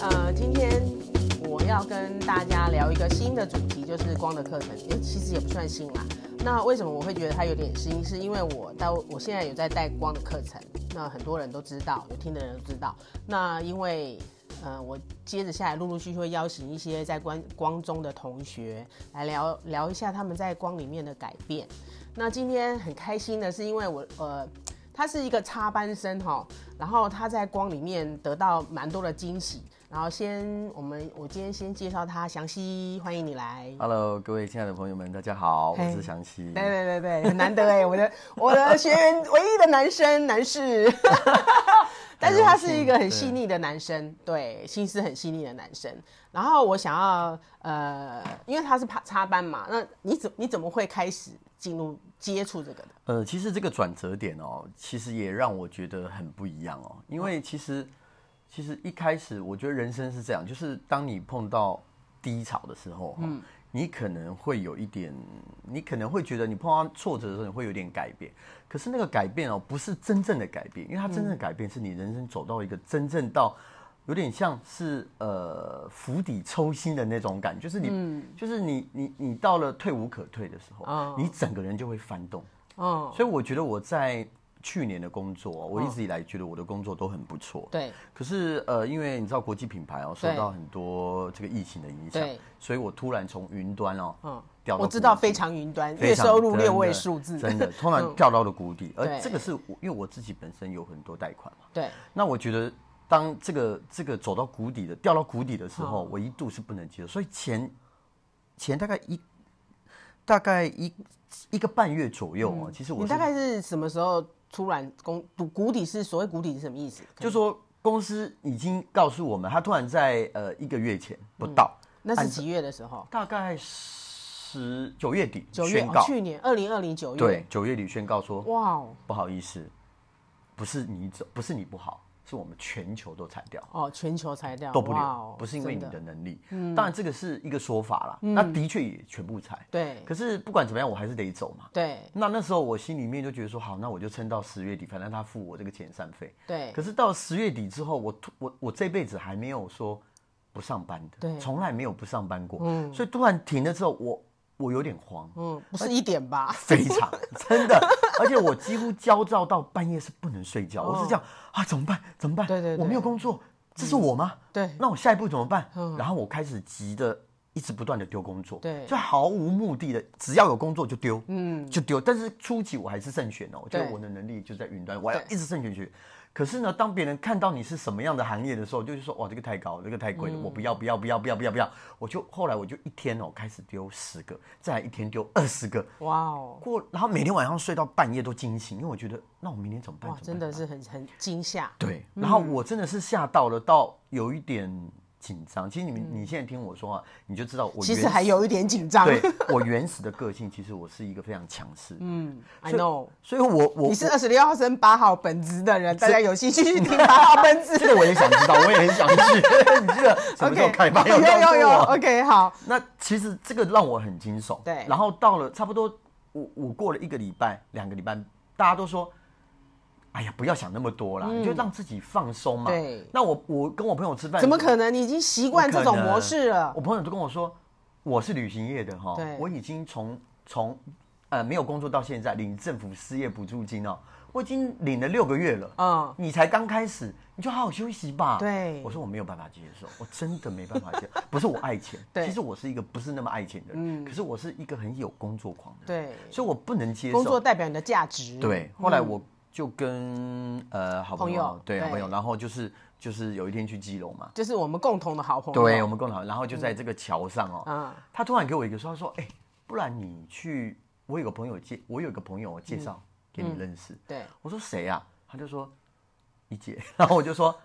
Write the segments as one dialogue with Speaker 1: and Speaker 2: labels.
Speaker 1: 呃，今天我要跟大家聊一个新的主题，就是光的课程。诶，其实也不算新啦。那为什么我会觉得它有点新？是因为我到我现在有在带光的课程，那很多人都知道，有听的人都知道。那因为呃，我接着下来陆陆续续会邀请一些在光光中的同学来聊聊一下他们在光里面的改变。那今天很开心的是，因为我呃，他是一个插班生哈、然后他在光里面得到蛮多的惊喜。然后先我们我今天先介绍他，详细欢迎你来。
Speaker 2: Hello，各位亲爱的朋友们，大家好，我
Speaker 1: 嘿
Speaker 2: 是祥熙。
Speaker 1: 对对对对，很难得哎，我的我的学员唯一的男生男 士，但是他是一个很细腻的男生，对，心思很细腻的男生。然后我想要呃，因为他是插插班嘛，那你怎你怎么会开始进入接触这个的？
Speaker 2: 呃，其实这个转折点哦，其实也让我觉得很不一样哦，因为其实其实一开始我觉得人生是这样，就是当你碰到低潮的时候、哦，你可能会有一点，你可能会觉得你碰到挫折的时候，你会有点改变，可是那个改变哦，不是真正的改变，因为它真正的改变是你人生走到一个真正到。有点像是呃釜底抽薪的那种感觉，就是你，就是你，你，你到了退无可退的时候，
Speaker 1: 哦
Speaker 2: 你整个人就会翻动。
Speaker 1: 哦，
Speaker 2: 所以我觉得我在去年的工作，我一直以来觉得我的工作都很不错。
Speaker 1: 对
Speaker 2: 可是呃，因为你知道国际品牌哦，受
Speaker 1: 对
Speaker 2: 到很多这个疫情的影响
Speaker 1: 对，
Speaker 2: 所以我突然从云端哦，
Speaker 1: 嗯
Speaker 2: 掉到
Speaker 1: 我知道
Speaker 2: 谷底
Speaker 1: 非常云端，
Speaker 2: 非
Speaker 1: 月
Speaker 2: 常
Speaker 1: 收入六
Speaker 2: 真
Speaker 1: 位
Speaker 2: 的
Speaker 1: 数字，
Speaker 2: 真的，突然
Speaker 1: 嗯
Speaker 2: 掉到了谷底。
Speaker 1: 对
Speaker 2: 而这个是我因为我自己本身有很多贷款嘛，
Speaker 1: 对
Speaker 2: 那我觉得当这个这个走到谷底的掉到谷底的时候，
Speaker 1: 嗯
Speaker 2: 我一度是不能接受，所以前前大概一大概一一个半月左右哦，其实
Speaker 1: 嗯
Speaker 2: 我
Speaker 1: 你
Speaker 2: 是
Speaker 1: 大概是什么时候突然公谷谷底是所谓谷底是什么意思？
Speaker 2: 就说公司已经告诉我们，他突然在呃一个月前不到，
Speaker 1: 那是
Speaker 2: 按
Speaker 1: 几月的时候？
Speaker 2: 大概十九月底
Speaker 1: 九月，
Speaker 2: 宣
Speaker 1: 哦
Speaker 2: 告，
Speaker 1: 去年二零二零九月。，
Speaker 2: 对，九月底宣告说
Speaker 1: 哇哦，
Speaker 2: 不好意思，不是你走，不是你不好，是我们全球都裁掉。
Speaker 1: 哦，全球裁掉，
Speaker 2: 都不留，
Speaker 1: 哇哦
Speaker 2: 不是因为你
Speaker 1: 真嗯
Speaker 2: 的能力，当然这个是一个说法啦，那的确也全部裁，
Speaker 1: 对
Speaker 2: 可是不管怎么样，我还是得走嘛。
Speaker 1: 对
Speaker 2: 那那时候我心里面就觉得说，好，那我就撑到十月底，反正他付我这个遣散费，
Speaker 1: 对
Speaker 2: 可是到十月底之后，我突我我这辈子还没有说不上班
Speaker 1: 对
Speaker 2: 的，从来没有不上班过。所以突然停了之后，我我有点慌，
Speaker 1: 嗯，不是一点 吧？
Speaker 2: 非 常真的，而且我几乎焦躁到半夜是不能睡觉，我是这样啊，怎么办？怎么办？
Speaker 1: 哦对对对
Speaker 2: 我没有工作，这是我吗？
Speaker 1: 对
Speaker 2: 那我下一步怎么办？然后我开始急的。一直不断的丢工作，
Speaker 1: 嗯对
Speaker 2: 就毫无目的的，只要有工作就丢，嗯，就丢。但是初期我还是慎选哦，我觉得
Speaker 1: 对
Speaker 2: 我的能力就在云端，我要
Speaker 1: 对
Speaker 2: 一直慎选去。可是呢，当别人看到你是什么样的行业的时候，就是说哦哇，这个太高，这个太贵了，
Speaker 1: 嗯
Speaker 2: 我不要，不要，不要，不要，不要，不要。我就后来我就一天哦，开始丢十个，再来一天丢二十个，
Speaker 1: 哇哦，
Speaker 2: 过，然后每天晚上睡到半夜都惊醒，因为我觉得那我明天怎么办？
Speaker 1: 哇，
Speaker 2: 怎
Speaker 1: 真
Speaker 2: 么办
Speaker 1: 的是很很惊吓。
Speaker 2: 对。然后我真的是吓到了，到有一点紧张。其实你们、你现在听我说话，你就知道我
Speaker 1: 嗯其实
Speaker 2: 原
Speaker 1: 还
Speaker 2: 始
Speaker 1: 有一啊点紧张。
Speaker 2: 对我原始的个性，其实我是一个非常强势。嗯，
Speaker 1: I know，
Speaker 2: 所以我我
Speaker 1: 你是
Speaker 2: 我
Speaker 1: 二十六号生八号本子的人，大家有兴趣去听八号本子。
Speaker 2: 这个我也想知道，我也很 想去。你这个嗯什么时候
Speaker 1: OK，
Speaker 2: 开 发？
Speaker 1: 有有
Speaker 2: 要告诉啊
Speaker 1: 有
Speaker 2: 我
Speaker 1: ，OK，好，
Speaker 2: 那其实这个让我很惊悚。
Speaker 1: 对
Speaker 2: 然后到了差不多我我过了一个礼拜、两个礼拜，大家都说。哎呀，不要想那么多啦，你就让自己放松
Speaker 1: 嗯
Speaker 2: 嘛。
Speaker 1: 对
Speaker 2: 那我我跟我朋友吃饭，
Speaker 1: 怎么可能？你已经习惯这种模式了
Speaker 2: 我。朋友都跟我说，我是旅行业的哈
Speaker 1: 对，
Speaker 2: 我已经从从呃没有工作到现在领政府失业补助金哦，我已经领了六个月了。
Speaker 1: 嗯，
Speaker 2: 你才刚开始，你就好好休息吧。
Speaker 1: 对
Speaker 2: 我说我没有办法接受，我真的没办法 接受。不是我爱钱，
Speaker 1: 对嗯
Speaker 2: 其实我是一个不是那么爱钱的人，可是我是一个很有工作狂的人，
Speaker 1: 对，
Speaker 2: 所以我不能接受。
Speaker 1: 工作代表你的价值。
Speaker 2: 对，后来我就跟、呃好朋友，
Speaker 1: 朋友
Speaker 2: 对好朋友，
Speaker 1: 对
Speaker 2: 然后就是就是有一天去基隆嘛，
Speaker 1: 就是我们共同的好朋友。
Speaker 2: 对，我们共同，然后就在这个桥上哦，
Speaker 1: 哦嗯
Speaker 2: 他突然给我一个说，他说，哎、不然你去，我有个朋友介，我有个朋友介绍给你认识，
Speaker 1: 嗯对，
Speaker 2: 我说谁啊？他就说一姐， 然后我就说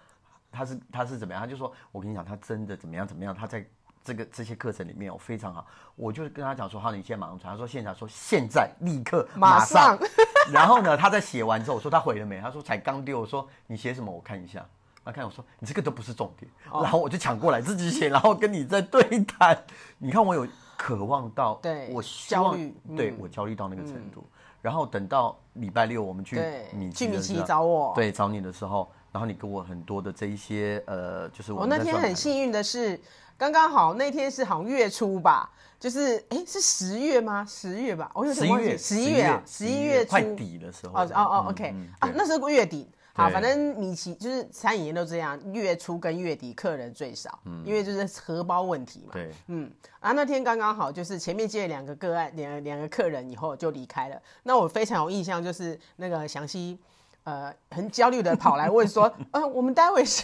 Speaker 2: 他是他是怎么样？他就说我跟你讲，他真的怎么样怎么样？他在这个这些课程里面哦非常好，我就跟他讲说好，你现在马上传。他说现场说现在立刻
Speaker 1: 马上
Speaker 2: 上。 然后呢，他在写完之后，我说他回了没？他说才刚丢。我说你写什么？我看一下。他看我说
Speaker 1: 哦
Speaker 2: 你这个都不是重点，然后我就抢过来自己写，然后跟你在对谈。你看我有渴望到，
Speaker 1: 对
Speaker 2: 我希望
Speaker 1: 焦虑
Speaker 2: 对
Speaker 1: 嗯
Speaker 2: 我焦虑到那个程度。然后等到礼拜六我们去
Speaker 1: 对
Speaker 2: 米
Speaker 1: 去
Speaker 2: 奇
Speaker 1: 米
Speaker 2: 的时
Speaker 1: 奇
Speaker 2: 候
Speaker 1: 找我
Speaker 2: 对找你的时候，然后你给我很多的这一些呃，就是我
Speaker 1: 我哦
Speaker 2: 们
Speaker 1: 那
Speaker 2: 在
Speaker 1: 天
Speaker 2: 算
Speaker 1: 很
Speaker 2: 盘
Speaker 1: 幸运的是，刚刚好那天是好像月初吧，就是哎、诶是十月吗？十月吧，我有
Speaker 2: 十
Speaker 1: 点
Speaker 2: 一
Speaker 1: 忘记
Speaker 2: 月
Speaker 1: 十一月啊，十一月初
Speaker 2: 快底的时候
Speaker 1: 哦哦哦，OK 啊，那是月底。好，
Speaker 2: 对
Speaker 1: 反正米奇就是餐饮业都这样，月初跟月底客人最少，因为就是荷包问题嘛。
Speaker 2: 对
Speaker 1: 嗯，啊，那天刚刚好就是前面接了两个个案，两两个客人以后就离开了。那我非常有印象，就是那个详细，呃，很焦虑的跑来问说，呃，我们待会是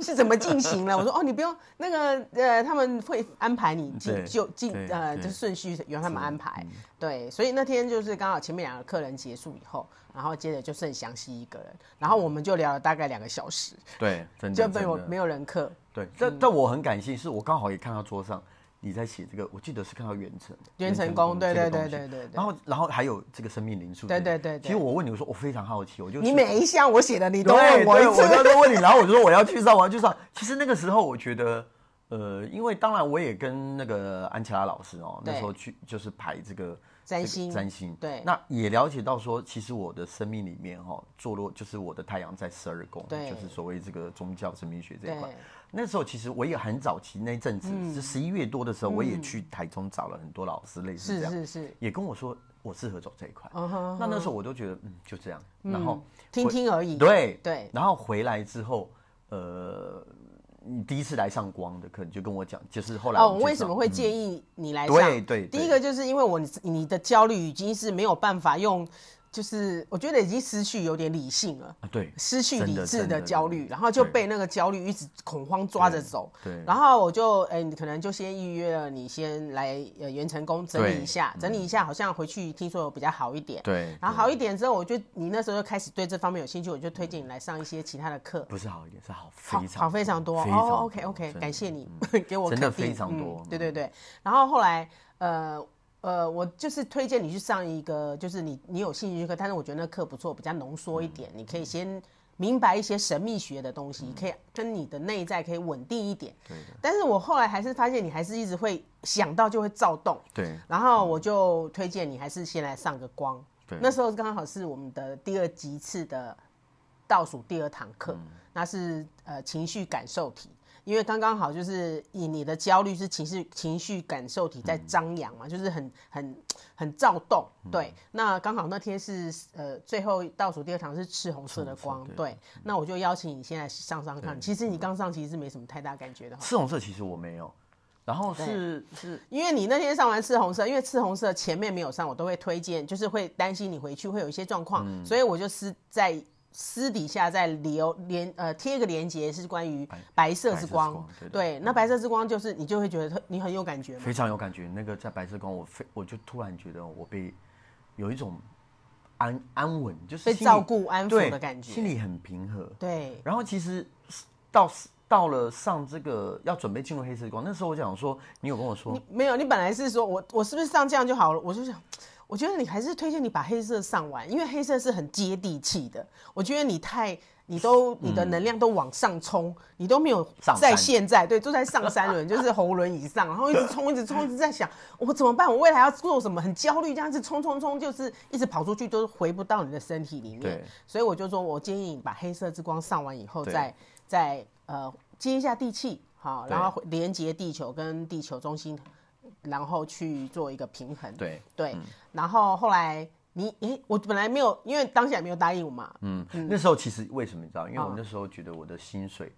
Speaker 1: 是怎么进行了？我说哦，你不用那个，呃，他们会安排你进
Speaker 2: 对
Speaker 1: 就进
Speaker 2: 对
Speaker 1: 呃，
Speaker 2: 对嗯
Speaker 1: 就顺序由他们安排。对，所以那天就是刚好前面两个客人结束以后，然后接着就剩详细一个人，然后我们就聊了大概两个小时，
Speaker 2: 对，真的
Speaker 1: 就没
Speaker 2: 真
Speaker 1: 有
Speaker 2: 的
Speaker 1: 没有人客。
Speaker 2: 对，但但我很感性，是我刚好也看到桌上你在写这个，我记得是看到元辰，
Speaker 1: 元辰宫对对对对对对
Speaker 2: 然后然后还有这个生命灵数，
Speaker 1: 对
Speaker 2: 不
Speaker 1: 对对对
Speaker 2: 其实我问你，我说我非常好奇，我就
Speaker 1: 你
Speaker 2: 是
Speaker 1: 每一项我写的，你
Speaker 2: 对
Speaker 1: 都问我
Speaker 2: 对
Speaker 1: 一次
Speaker 2: 我。当时问你，然后我就说我要去上，我要去 上。其实那个时候我觉得，呃，因为当然我也跟那个安琪拉老师哦，那
Speaker 1: 对
Speaker 2: 时候去就是排这个
Speaker 1: 占
Speaker 2: 这个
Speaker 1: 星
Speaker 2: 占星，
Speaker 1: 对
Speaker 2: 那也了解到说，其实我的生命里面哈、哦，坐落就是我的太阳在十二宫，
Speaker 1: 对
Speaker 2: 就是所谓这个宗教神秘学这一块
Speaker 1: 对。嗯
Speaker 2: 那时候其实我也很早期那一阵子，是十一月多的时候，我也去台中找了很多老师，类似
Speaker 1: 是
Speaker 2: 这样，
Speaker 1: 是是，
Speaker 2: 也跟我说我适合走这一块。
Speaker 1: 嗯哼，
Speaker 2: 那那时候我都觉得，嗯，就这样。然后
Speaker 1: 听听而已。
Speaker 2: 对
Speaker 1: 对
Speaker 2: 然后回来之后，呃，你第一次来上光的，可能就跟我讲，就是后来
Speaker 1: 哦，
Speaker 2: 们
Speaker 1: 我
Speaker 2: 去
Speaker 1: 为什
Speaker 2: 上
Speaker 1: 么会建议你来上？
Speaker 2: 嗯对对对
Speaker 1: 第一个就是因为我你的焦虑已经是没有办法用，就是我觉得已经失去有点理性了。
Speaker 2: 啊？对，
Speaker 1: 失去
Speaker 2: 真
Speaker 1: 理
Speaker 2: 的
Speaker 1: 智
Speaker 2: 真
Speaker 1: 的
Speaker 2: 的
Speaker 1: 焦虑，然后就被那个焦虑一直恐慌抓着走。
Speaker 2: 对对
Speaker 1: 然后我就哎，你可能就先预约了，你先来呃元成功整理一下，整理一下，好像回去听说有比较好一点。
Speaker 2: 嗯对
Speaker 1: 然后好一点之后，我就你那时候就开始对这方面有兴趣，我就推荐你来上一些其他的课。
Speaker 2: 不是好一点，是好
Speaker 1: 好
Speaker 2: 非常
Speaker 1: 好非常多
Speaker 2: 非常
Speaker 1: 哦，OK
Speaker 2: 多
Speaker 1: OK，
Speaker 2: 真的嗯
Speaker 1: 感谢你 给我
Speaker 2: 真的
Speaker 1: 肯定
Speaker 2: 非常多
Speaker 1: 嗯对对对。然后后来呃呃，我就是推荐你去上一个，就是你你有兴趣的课，但是我觉得那课不错，比较浓缩
Speaker 2: 嗯
Speaker 1: 一点，你可以先。明白一些神秘学的东
Speaker 2: 嗯
Speaker 1: 西，可以跟你的内在可以稳定一点。
Speaker 2: 对的
Speaker 1: 但是我后来还是发现，你还是一直会想到就会躁动，
Speaker 2: 对
Speaker 1: 然后
Speaker 2: 嗯
Speaker 1: 我就推荐你还是先来上个光。
Speaker 2: 对
Speaker 1: 那时候刚好是我们的第二级次的倒数第二堂课，那是呃情绪感受题。因为刚刚好就是以你的焦虑是情绪情绪感受体在张扬嘛，就是很很很躁动，对。那刚好那天是呃最后倒数第二堂是赤红色的光，
Speaker 2: 对
Speaker 1: 对。那我就邀请你先来上上看，其实你刚上其实是没什么太大感觉的哈。
Speaker 2: 赤红色其实我没有，然后是是
Speaker 1: 因为你那天上完赤红色，因为赤红色前面没有上，我都会推荐，就是会担心你回去会有一些状况，
Speaker 2: 嗯
Speaker 1: 所以我就私在私底下再留连呃贴一个连接是关于白色之光，
Speaker 2: 白色之光对嗯
Speaker 1: 对，那白色之光就是你就会觉得你很有感觉嘛，
Speaker 2: 非常有感觉。那个在白色光，我非我就突然觉得我被有一种安安稳，就是
Speaker 1: 被
Speaker 2: 心里
Speaker 1: 照顾安抚
Speaker 2: 对
Speaker 1: 的感觉
Speaker 2: 心里很平和。
Speaker 1: 对，
Speaker 2: 然后其实到到了上这个要准备进入黑色光，那时候我讲说，你有跟我说
Speaker 1: 你，没有，你本来是说我我是不是上这样就好了？我就想，我觉得你还是推荐你把黑色上完，因为黑色是很接地气的。我觉得你太，你都你的能量都往上冲，你都没有
Speaker 2: 嗯上
Speaker 1: 在
Speaker 2: 山
Speaker 1: 现在对，都在上三轮，就是喉轮以上，然后一直冲，一直冲，一直在想我怎么办，我未来要做什么，很焦虑，这样子冲冲冲，就是一直跑出去都回不到你的身体里面
Speaker 2: 对。
Speaker 1: 所以我就说我建议你把黑色之光上完以后
Speaker 2: 对
Speaker 1: 再再呃接一下地气，好，
Speaker 2: 对
Speaker 1: 然后连接地球跟地球中心，然后去做一个平衡。
Speaker 2: 对，嗯
Speaker 1: 对，然后后来你诶，我本来没有，因为当下也没有答应我嘛，
Speaker 2: 嗯，那时候其实为什么你知道？因为
Speaker 1: 嗯
Speaker 2: 我那时候觉得我的薪水，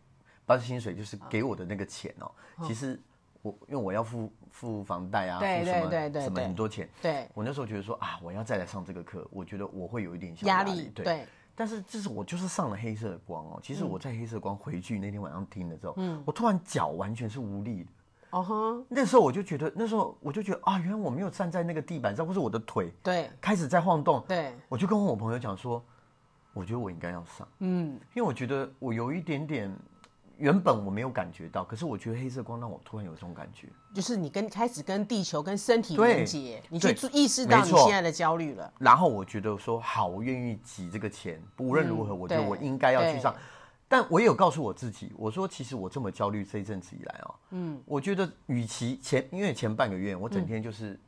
Speaker 2: 不是薪水，就是给我的那个钱哦，其实我因为我要付付房贷啊，
Speaker 1: 嗯对
Speaker 2: 付什么
Speaker 1: 对对对
Speaker 2: 什么
Speaker 1: 对
Speaker 2: 很多钱。
Speaker 1: 对，
Speaker 2: 我那时候觉得说啊，我要再来上这个课，我觉得我会有一点小
Speaker 1: 压
Speaker 2: 压
Speaker 1: 力
Speaker 2: 对。
Speaker 1: 对嗯
Speaker 2: 但是就是我就是上了黑色的光哦，其实我在黑色光回去那天晚上听了之后，我突然脚完全是无力的。
Speaker 1: 哦哼，
Speaker 2: 那时候我就觉得，那时候我就觉得啊，原来我没有站在那个地板上，或是我的腿
Speaker 1: 对
Speaker 2: 开始在晃动。
Speaker 1: 对，
Speaker 2: 我就跟我朋友讲说，我觉得我应该要上，
Speaker 1: 嗯，
Speaker 2: 因为我觉得我有一点点，原本我没有感觉到，可是我觉得黑色光让我突然有这种感觉。
Speaker 1: 就是你跟开始跟地球跟身体
Speaker 2: 对
Speaker 1: 连接，你去
Speaker 2: 对
Speaker 1: 注意识到
Speaker 2: 没
Speaker 1: 你
Speaker 2: 错
Speaker 1: 现在的焦虑了。
Speaker 2: 然后我觉得说好，我愿意挤这个钱，无论如何，
Speaker 1: 嗯
Speaker 2: 我觉得
Speaker 1: 对
Speaker 2: 我应该要去上。但我也有告诉我自己，我说其实我这么焦虑这一阵子以来哦，嗯，我觉得与其前因为前半个月我整天就是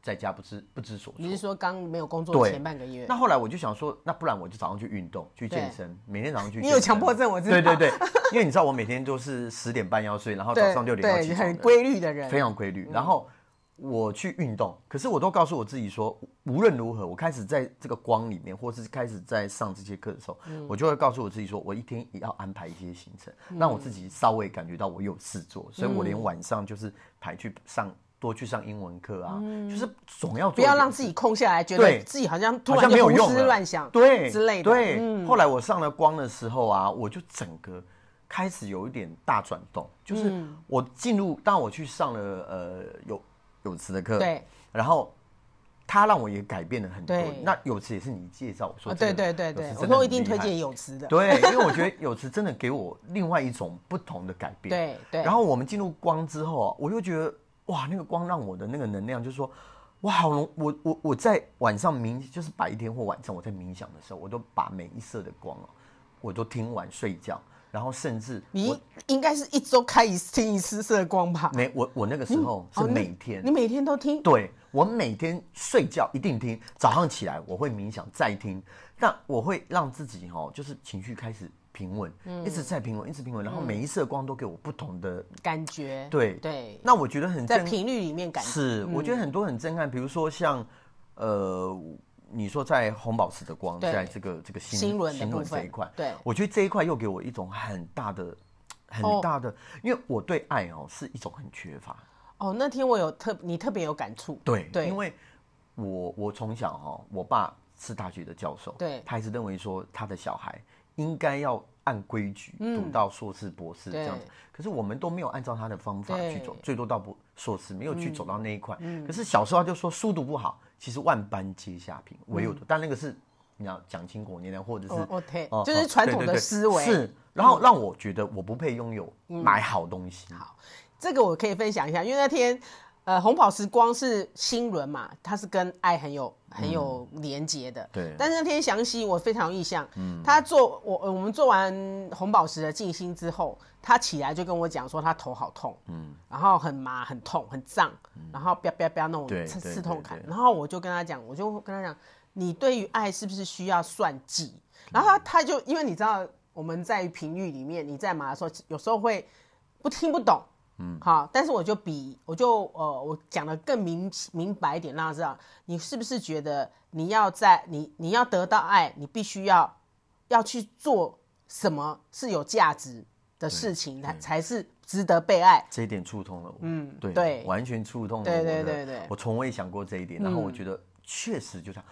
Speaker 2: 在家不知不知所
Speaker 1: 嗯你
Speaker 2: 措
Speaker 1: 是，说刚没有工作
Speaker 2: 对
Speaker 1: 前半个月？
Speaker 2: 那后来我就想说，那不然我就早上去运动，去健
Speaker 1: 对
Speaker 2: 身，每天早上去健身。
Speaker 1: 你有强迫症我知道
Speaker 2: 对对对，因为你知道我每天都是十点半要睡，然后早
Speaker 1: 对
Speaker 2: 上六点要
Speaker 1: 对，
Speaker 2: 起
Speaker 1: 很
Speaker 2: 床的，
Speaker 1: 规律的人，
Speaker 2: 非常规律。然后我去运动，可是我都告诉我自己说，无论如何，我开始在这个光里面，或是开始在上这些课的时候，
Speaker 1: 嗯
Speaker 2: 我就会告诉我自己说，我一天也要安排一些行程，让我自己稍微感觉到我有事做。所以
Speaker 1: 嗯
Speaker 2: 我连晚上就是排去上多去上英文课啊，就是总要
Speaker 1: 嗯
Speaker 2: 做
Speaker 1: 不要
Speaker 2: 一点
Speaker 1: 让
Speaker 2: 事
Speaker 1: 自己空下来，觉
Speaker 2: 对
Speaker 1: 得自己好像突然
Speaker 2: 好像
Speaker 1: 就
Speaker 2: 没有
Speaker 1: 胡
Speaker 2: 用
Speaker 1: 思
Speaker 2: 了
Speaker 1: 乱想，
Speaker 2: 对
Speaker 1: 之类的嗯
Speaker 2: 对，后来我上了光的时候啊，我就整个开始有一点大转动，就是
Speaker 1: 嗯
Speaker 2: 我进入，当我去上了呃有泳池的课，
Speaker 1: 对，
Speaker 2: 然后他让我也改变了很多
Speaker 1: 对。
Speaker 2: 那泳池也是你介绍我说
Speaker 1: 啊，
Speaker 2: 这
Speaker 1: 对
Speaker 2: 个、
Speaker 1: 对对对，
Speaker 2: 泳池
Speaker 1: 我
Speaker 2: 真的很厉害
Speaker 1: 说一定推荐泳池的，
Speaker 2: 对，因为我觉得泳池真的给我另外一种不同的改 变。
Speaker 1: 对对
Speaker 2: 然后我们进入光之后啊，我又觉得哇，那个光让我的那个能量，就是说，哇，好浓！我我我在晚上冥，就是白天或晚上我在冥想的时候，我都把每一色的光哦、我都听完睡觉，然后甚至我
Speaker 1: 你应该是一周开一次听一次色光吧？
Speaker 2: 没我我那个时候是
Speaker 1: 哦那
Speaker 2: 每天。
Speaker 1: 你每天都听，
Speaker 2: 嗯对我每天睡觉一定听，早上起来我会冥想再听，但我会让自己哦，就是情绪开始平稳，
Speaker 1: 嗯
Speaker 2: 一直在平稳，一直平稳，然后每一色光都给我不同的，
Speaker 1: 感觉
Speaker 2: 对
Speaker 1: 嗯对，
Speaker 2: 那我觉得很
Speaker 1: 在
Speaker 2: 震
Speaker 1: 频率里面感嗯觉
Speaker 2: 是，我觉得很多很震撼，比如说像呃，你说在红宝石的光，
Speaker 1: 对
Speaker 2: 在这个这个心
Speaker 1: 心轮的部
Speaker 2: 这
Speaker 1: 分
Speaker 2: 一块，
Speaker 1: 对
Speaker 2: 我觉得这一块又给我一种很大的。很
Speaker 1: 哦
Speaker 2: 大的，因为我对爱哦是一种很缺乏，
Speaker 1: 哦。那天我有特你特别有感触，
Speaker 2: 对
Speaker 1: 对
Speaker 2: 因为我我从小哈、哦，我爸是大学的教授，
Speaker 1: 对
Speaker 2: 他一直认为说他的小孩应该要按规矩读到硕士、博士这样子
Speaker 1: 嗯对，
Speaker 2: 可是我们都没有按照他的方法去走
Speaker 1: 对，嗯
Speaker 2: 最多到博硕士，没有去走到那一块。可是小时候他就说书读不好，其实万般皆下品，唯有读，但那个是你要蒋经国年代或者是
Speaker 1: 嗯哦哦对
Speaker 2: 哦
Speaker 1: 就是
Speaker 2: 哦
Speaker 1: 传
Speaker 2: 对
Speaker 1: 统
Speaker 2: 对
Speaker 1: 的
Speaker 2: 对
Speaker 1: 思维嗯
Speaker 2: 是，然后让我觉得我不配拥有买好东西，
Speaker 1: 这个我可以分享一下，因为那天，呃，红宝石光是心轮嘛，它是跟爱很有很有
Speaker 2: 嗯
Speaker 1: 连接的。
Speaker 2: 对嗯
Speaker 1: 但是那天详细我非常有印象，他做我呃我们做完红宝石的静心之后，他起来就跟我讲说他头好痛，嗯，然后很麻很痛很胀，然后啪啪啪那种
Speaker 2: 嗯对
Speaker 1: 刺
Speaker 2: 对
Speaker 1: 刺痛感
Speaker 2: 对。对
Speaker 1: 然后我就跟他讲，我就跟他讲，你对于爱是不是需要算计？然后他他就因为你知道我们在频率里面，你在麻的时候，有时候会不听不懂，嗯，好，但是我就比我就呃我讲的更明明白一点，让他知道你是不是觉得你要在你你要得到爱，你必须要要去做什么是有价值的事情，才才是值得被爱。
Speaker 2: 这一点触痛了我，嗯，对
Speaker 1: 对
Speaker 2: 完全触痛了
Speaker 1: 对
Speaker 2: 我
Speaker 1: 对
Speaker 2: 的
Speaker 1: 对对嗯
Speaker 2: 我从未想过这一点，然后我觉得确实就这样，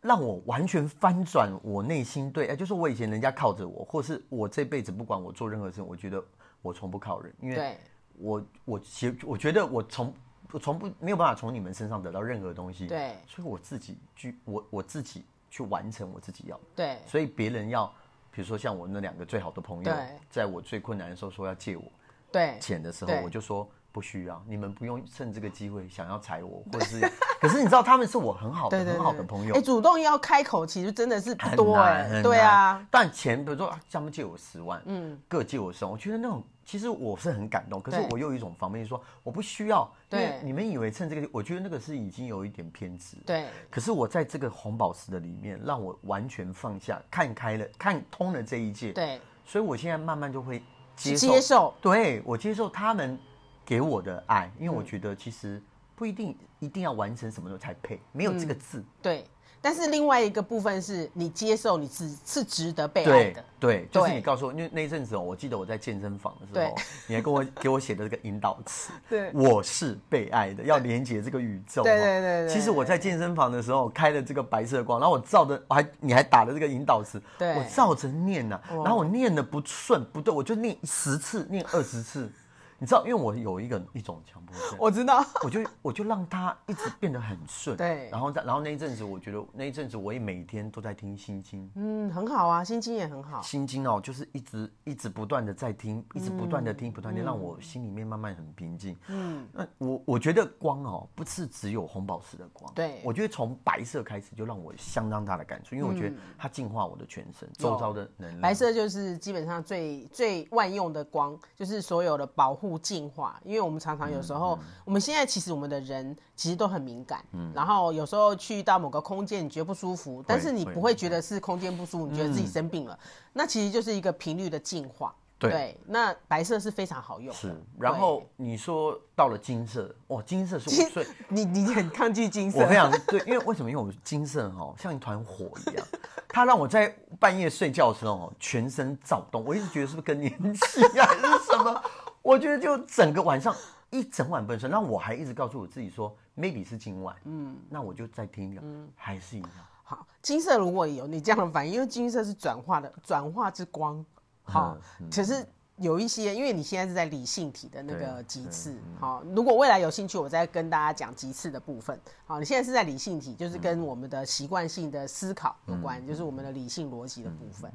Speaker 2: 让我完全翻转我内心对，哎，就是我以前人家靠着我，或是我这辈子不管我做任何事，我觉得我从不靠人，因为
Speaker 1: 对
Speaker 2: 我我其实我觉得我从我从不没有办法从你们身上得到任何东西，
Speaker 1: 对
Speaker 2: 所以我自己去我我自己去完成我自己要的。
Speaker 1: 对
Speaker 2: 所以别人要，比如说像我那两个最好的朋友
Speaker 1: 对，
Speaker 2: 在我最困难的时候说要借我，
Speaker 1: 对
Speaker 2: 钱的时候
Speaker 1: 对，
Speaker 2: 我就说不需要，你们不用趁这个机会想要 踩我，或者是，可是你知道他们是我很好的
Speaker 1: 对对
Speaker 2: 很好的朋友
Speaker 1: 哎，，主动要开口其实真的是不
Speaker 2: 很
Speaker 1: 多
Speaker 2: 难
Speaker 1: 哎，
Speaker 2: 很
Speaker 1: 对
Speaker 2: 难
Speaker 1: 啊，。
Speaker 2: 但钱比如说啊他们借我十万，嗯，各借我十万，我觉得那种其实我是很感动，可是
Speaker 1: 对
Speaker 2: 我又有一种防备，说我不需要，因为
Speaker 1: 对
Speaker 2: 你们以为趁这个，我觉得那个是已经有一点偏执，
Speaker 1: 对
Speaker 2: 可是我在这个红宝石的里面，让我完全放下，看开了，看通了这一切。
Speaker 1: 对，
Speaker 2: 所以我现在慢慢就会接受，
Speaker 1: 接受
Speaker 2: 对我接受他们给我的爱，因为
Speaker 1: 嗯
Speaker 2: 我觉得其实不一定一定要完成什么都才配，没有
Speaker 1: 嗯
Speaker 2: 这个字。
Speaker 1: 对，但是另外一个部分是你接受你是是值得被爱
Speaker 2: 对
Speaker 1: 的，
Speaker 2: 对，就是
Speaker 1: 对
Speaker 2: 你告诉我，因为那一阵子哦，我记得我在健身房的时候，你还跟我给我写的这个引导词，
Speaker 1: 对
Speaker 2: 我是被爱的，要连接这个宇宙哦。
Speaker 1: 对对对对
Speaker 2: 其实我在健身房的时候开了这个白色的光，然后我照着，我还你还打了这个引导词，
Speaker 1: 对哦
Speaker 2: 我照着念呐、然后我念的不顺不对，我就念十次，念二十次。你知道，因为我有一个一种强迫症，
Speaker 1: 我知道，
Speaker 2: 我就我就让它一直变得很顺，
Speaker 1: 对
Speaker 2: 然后然后那一阵子，我觉得那一阵子我也每天都在听《心经》，
Speaker 1: 嗯，很好啊，心经也很好，
Speaker 2: 心经》哦，就是一直一直不断的在听，一直不断的听，不断的让我心里面慢慢很平静。嗯，那我我觉得光哦，不是只有红宝石的光，
Speaker 1: 对
Speaker 2: 我觉得从白色开始就让我相当大的感触，因为我觉得它净化我的全身，周遭的能量。
Speaker 1: 嗯白色就是基本上最最万用的光，就是所有的保护净化。因为我们常常有时候，我们现在其实我们的人其实都很敏感，然后有时候去到某个空间你觉得不舒服，但是你
Speaker 2: 会
Speaker 1: 不会觉得是空间不舒服，你觉得自己生病了，那其实就是一个频率的净化。
Speaker 2: 对
Speaker 1: 那白色是非常好用的。
Speaker 2: 是，然后你说到了金色，哇，金色是我最
Speaker 1: 对你你很抗拒金色，
Speaker 2: 我非常对，因为为什么？因为我金色哈、像一团火一样，它让我在半夜睡觉的时候哦全身躁动。我一直觉得是不是更年期啊，还是什么？我觉得就整个晚上一整晚不能睡。那我还一直告诉我自己说，maybe 是今晚，嗯，那我就再听一个，
Speaker 1: 嗯
Speaker 2: 还是一样。
Speaker 1: 好，金色如果有你这样的反应，因为金色是转化的转化之
Speaker 2: 嗯
Speaker 1: 光，好，可是有一些，因为你现在是在理性体的那个
Speaker 2: 对
Speaker 1: 极
Speaker 2: 对嗯
Speaker 1: 次，好，如果未来有兴趣，我再跟大家讲极次的部分。好，你现在是在理性体，就是
Speaker 2: 嗯
Speaker 1: 跟我们的习惯性的思考有关，就是我们的理性逻辑的部
Speaker 2: 嗯
Speaker 1: 分。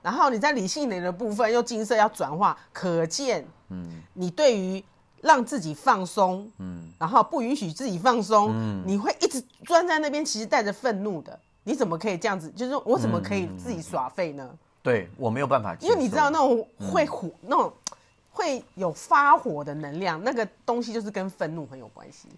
Speaker 1: 然后你在理性的部分用金色要转化，可见，嗯，你对于让自己放松，嗯，然后不允许自己放松，
Speaker 2: 嗯
Speaker 1: 你会一直钻在那边，其实带着愤怒的。你怎么可以这样子？就是我怎么可以自己耍废呢？
Speaker 2: 嗯对我没有办法接
Speaker 1: 因
Speaker 2: 受，
Speaker 1: 为你知道那种会
Speaker 2: 嗯
Speaker 1: 火、那种会有发火的能量，那个东西就是跟愤怒很有关系。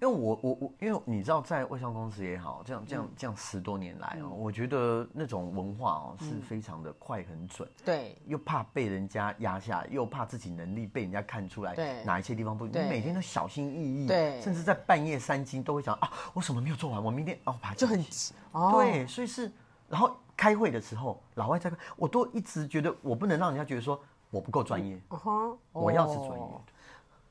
Speaker 2: 因为我我我，因为你知道，在外商公司也好，这样这样
Speaker 1: 嗯
Speaker 2: 这样十多年来哦，我觉得那种文化哦是
Speaker 1: 嗯
Speaker 2: 非常的快很准。
Speaker 1: 对，
Speaker 2: 又怕被人家压下，又怕自己能力被人家看出来，
Speaker 1: 对
Speaker 2: 哪一些地方不，你
Speaker 1: 对
Speaker 2: 每天都小心翼翼，
Speaker 1: 对
Speaker 2: 甚至在半夜三更都会想啊，我什么没有做完，我明天哦，把它
Speaker 1: 就很
Speaker 2: 记起
Speaker 1: 哦
Speaker 2: 对，所以是，然后开会的时候，老外在开，我都一直觉得我不能让人家觉得说我不够专业，
Speaker 1: 嗯哼，
Speaker 2: 我要是专业
Speaker 1: 哦
Speaker 2: 的，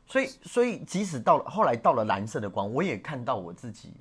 Speaker 2: 所以所以即使到了后来到了蓝色的光，我也看到我自己，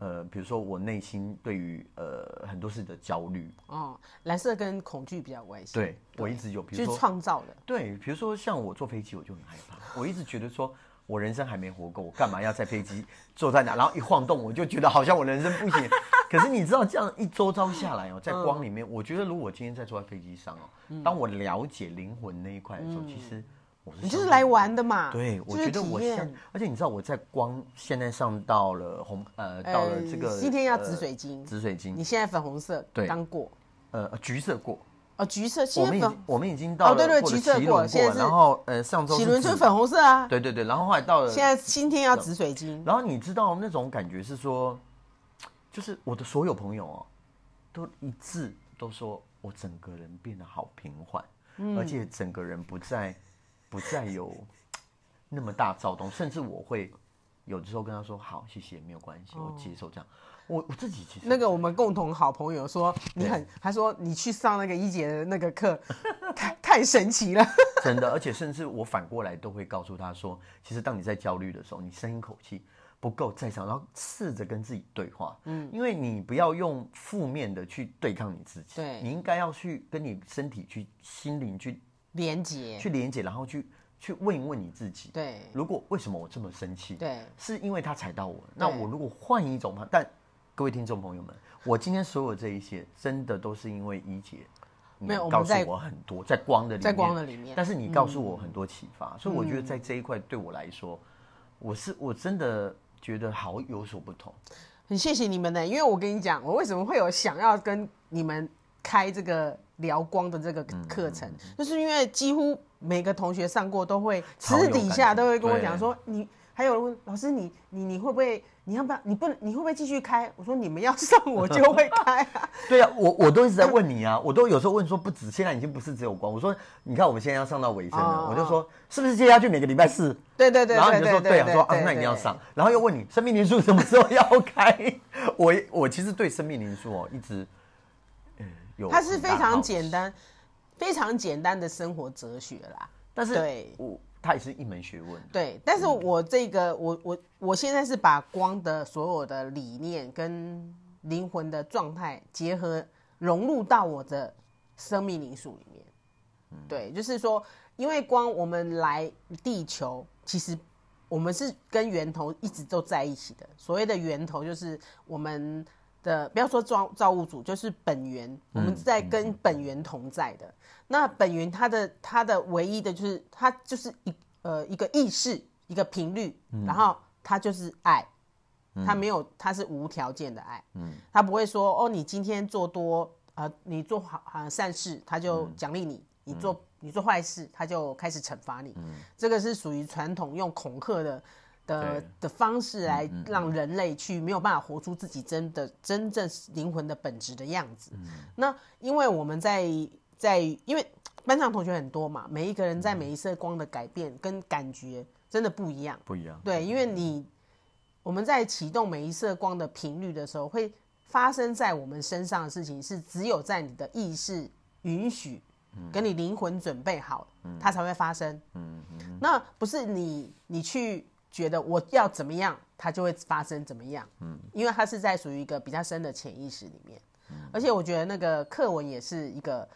Speaker 2: 呃，比如说我内心对于呃很多事的焦虑，
Speaker 1: 哦，蓝色跟恐惧比较有关系。
Speaker 2: 对我一直有，比
Speaker 1: 就
Speaker 2: 如
Speaker 1: 是
Speaker 2: 说。
Speaker 1: 创造的。
Speaker 2: 对，比如说像我坐飞机，我就很害怕。我一直觉得说，我人生还没活够，我干嘛要在飞机坐在哪？然后一晃动，我就觉得好像我人生不行。 可是你知道，这样一周遭下来哦，
Speaker 1: 嗯
Speaker 2: 在光里面，我觉得如果我今天在坐在飞机上哦，当我了解灵魂那一块的时候，其实我是
Speaker 1: 嗯你就是
Speaker 2: 相
Speaker 1: 来
Speaker 2: 信
Speaker 1: 玩的嘛，
Speaker 2: 对，我
Speaker 1: 就是
Speaker 2: 觉得我
Speaker 1: 体验
Speaker 2: 现，而且你知道我在光现在上到了红呃，到了这个
Speaker 1: 今天要
Speaker 2: 呃
Speaker 1: 紫水晶，
Speaker 2: 紫水
Speaker 1: 你
Speaker 2: 晶，
Speaker 1: 现在粉红色
Speaker 2: 嗯对
Speaker 1: 刚过，
Speaker 2: 呃橘色过，
Speaker 1: 哦，橘色，现
Speaker 2: 我
Speaker 1: 在
Speaker 2: 们已
Speaker 1: 粉哦
Speaker 2: 经我们已经到了
Speaker 1: 对对
Speaker 2: 过了
Speaker 1: 橘色
Speaker 2: 麒麟
Speaker 1: 过了现在是
Speaker 2: 然后呃上周
Speaker 1: 喜
Speaker 2: 是
Speaker 1: 伦
Speaker 2: 紫
Speaker 1: 春粉红色啊，
Speaker 2: 对对对，然后后来到了，
Speaker 1: 现在今天要紫水晶，
Speaker 2: 然后你知道那种感觉是说，就是我的所有朋友哦，都一致都说我整个人变得好平缓，
Speaker 1: 嗯
Speaker 2: 而且整个人不再不再有那么大躁动，甚至我会有的时候跟他说好，谢谢，没有关系，我接受这样。我我自己其实
Speaker 1: 哦那个我们共同好朋友说你很，他说你去上那个一姐的那个课， 太太神奇了。
Speaker 2: 真的，而且甚至我反过来都会告诉他说，其实当你在焦虑的时候，你深一口气不够再上，然后试着跟自己对话，嗯，因为你不要用负面的去对抗你自己，
Speaker 1: 对
Speaker 2: 你应该要去跟你身体去、心灵去
Speaker 1: 连接，
Speaker 2: 去 连接，然后去去问一问你自己，，
Speaker 1: 对
Speaker 2: 如果为什么我这么生气，
Speaker 1: 对，
Speaker 2: 是因为他踩到我，那我如果换一种方，但各位听众朋友们，我今天所有这一切真的都是因为一姐。
Speaker 1: 没有我们
Speaker 2: 告诉
Speaker 1: 在
Speaker 2: 我很多，在光的里面，
Speaker 1: 在光的里面嗯
Speaker 2: 但是你告诉我很多启发，所以我觉得在这一块对我来说，我是我真的觉得好有所不 同。
Speaker 1: 很谢谢你们呢，因为我跟你讲，我为什么会有想要跟你们开这个聊光的这个课程，就是因为几乎每个同学上过都会，
Speaker 2: 超有
Speaker 1: 私底下
Speaker 2: 感觉
Speaker 1: 都会跟我讲
Speaker 2: 对
Speaker 1: 说你。还有人问老师你，你你会不会？你要不要？你不能？你会不会继续开？我说你们要上，我就会开啊。
Speaker 2: 对啊，我我都一直在问你啊，我都有时候问说不止，现在已经不是只有光，我说你看我们现在要上到尾声了，
Speaker 1: 哦
Speaker 2: 我就说是不是接下去每个礼拜四？
Speaker 1: 对对对
Speaker 2: 然后
Speaker 1: 对
Speaker 2: 你就说
Speaker 1: 对
Speaker 2: 对
Speaker 1: 对
Speaker 2: 啊，说啊，那你要上，然后又问你生命灵数 什么时候要开？我我其实对生命灵数哦一直，呃，有
Speaker 1: 它是非
Speaker 2: 很大好
Speaker 1: 常
Speaker 2: 奇
Speaker 1: 简，单、非常简单的生活哲学啦。
Speaker 2: 但是
Speaker 1: 对
Speaker 2: 我它也是一门学问。
Speaker 1: 对，但是我这个，我我我现在是把光的所有的理念跟灵魂的状态结合融入到我的生命灵数里面。对，就是说，因为光我们来地球，其实我们是跟源头一直都在一起的。所谓的源头，就是我们的不要说造造物主，就是本源，我们在跟本源同在的。那本源它的它的唯一的就是它就是一呃一个意识，一个频率，然后它就是爱。他没有，他是无条件的爱，嗯，他不会说哦，你今天做多啊、呃你做好啊、呃善事，他就奖励你；你做、你做坏事，他就开始惩罚你。这个是属于传统用恐吓的的
Speaker 2: 对
Speaker 1: 的方式来让人类去没有办法活出自己真的真正灵魂的本质的样子。那因为我们在在因为班上同学很多嘛，每一个人在每一色光的改变跟感觉真的不一样。
Speaker 2: 不一样。
Speaker 1: 对，因为你我们在启动每一色光的频率的时候，会发生在我们身上的事情，是只有在你的意识允许，跟你灵魂准备好，它才会发生。
Speaker 2: 嗯，嗯
Speaker 1: 那不是你你去觉得我要怎么样，它就会发生怎么样。嗯，因为它是在属于一个比较深的潜意识里面，
Speaker 2: 嗯
Speaker 1: 而且我觉得那个课文也是一个。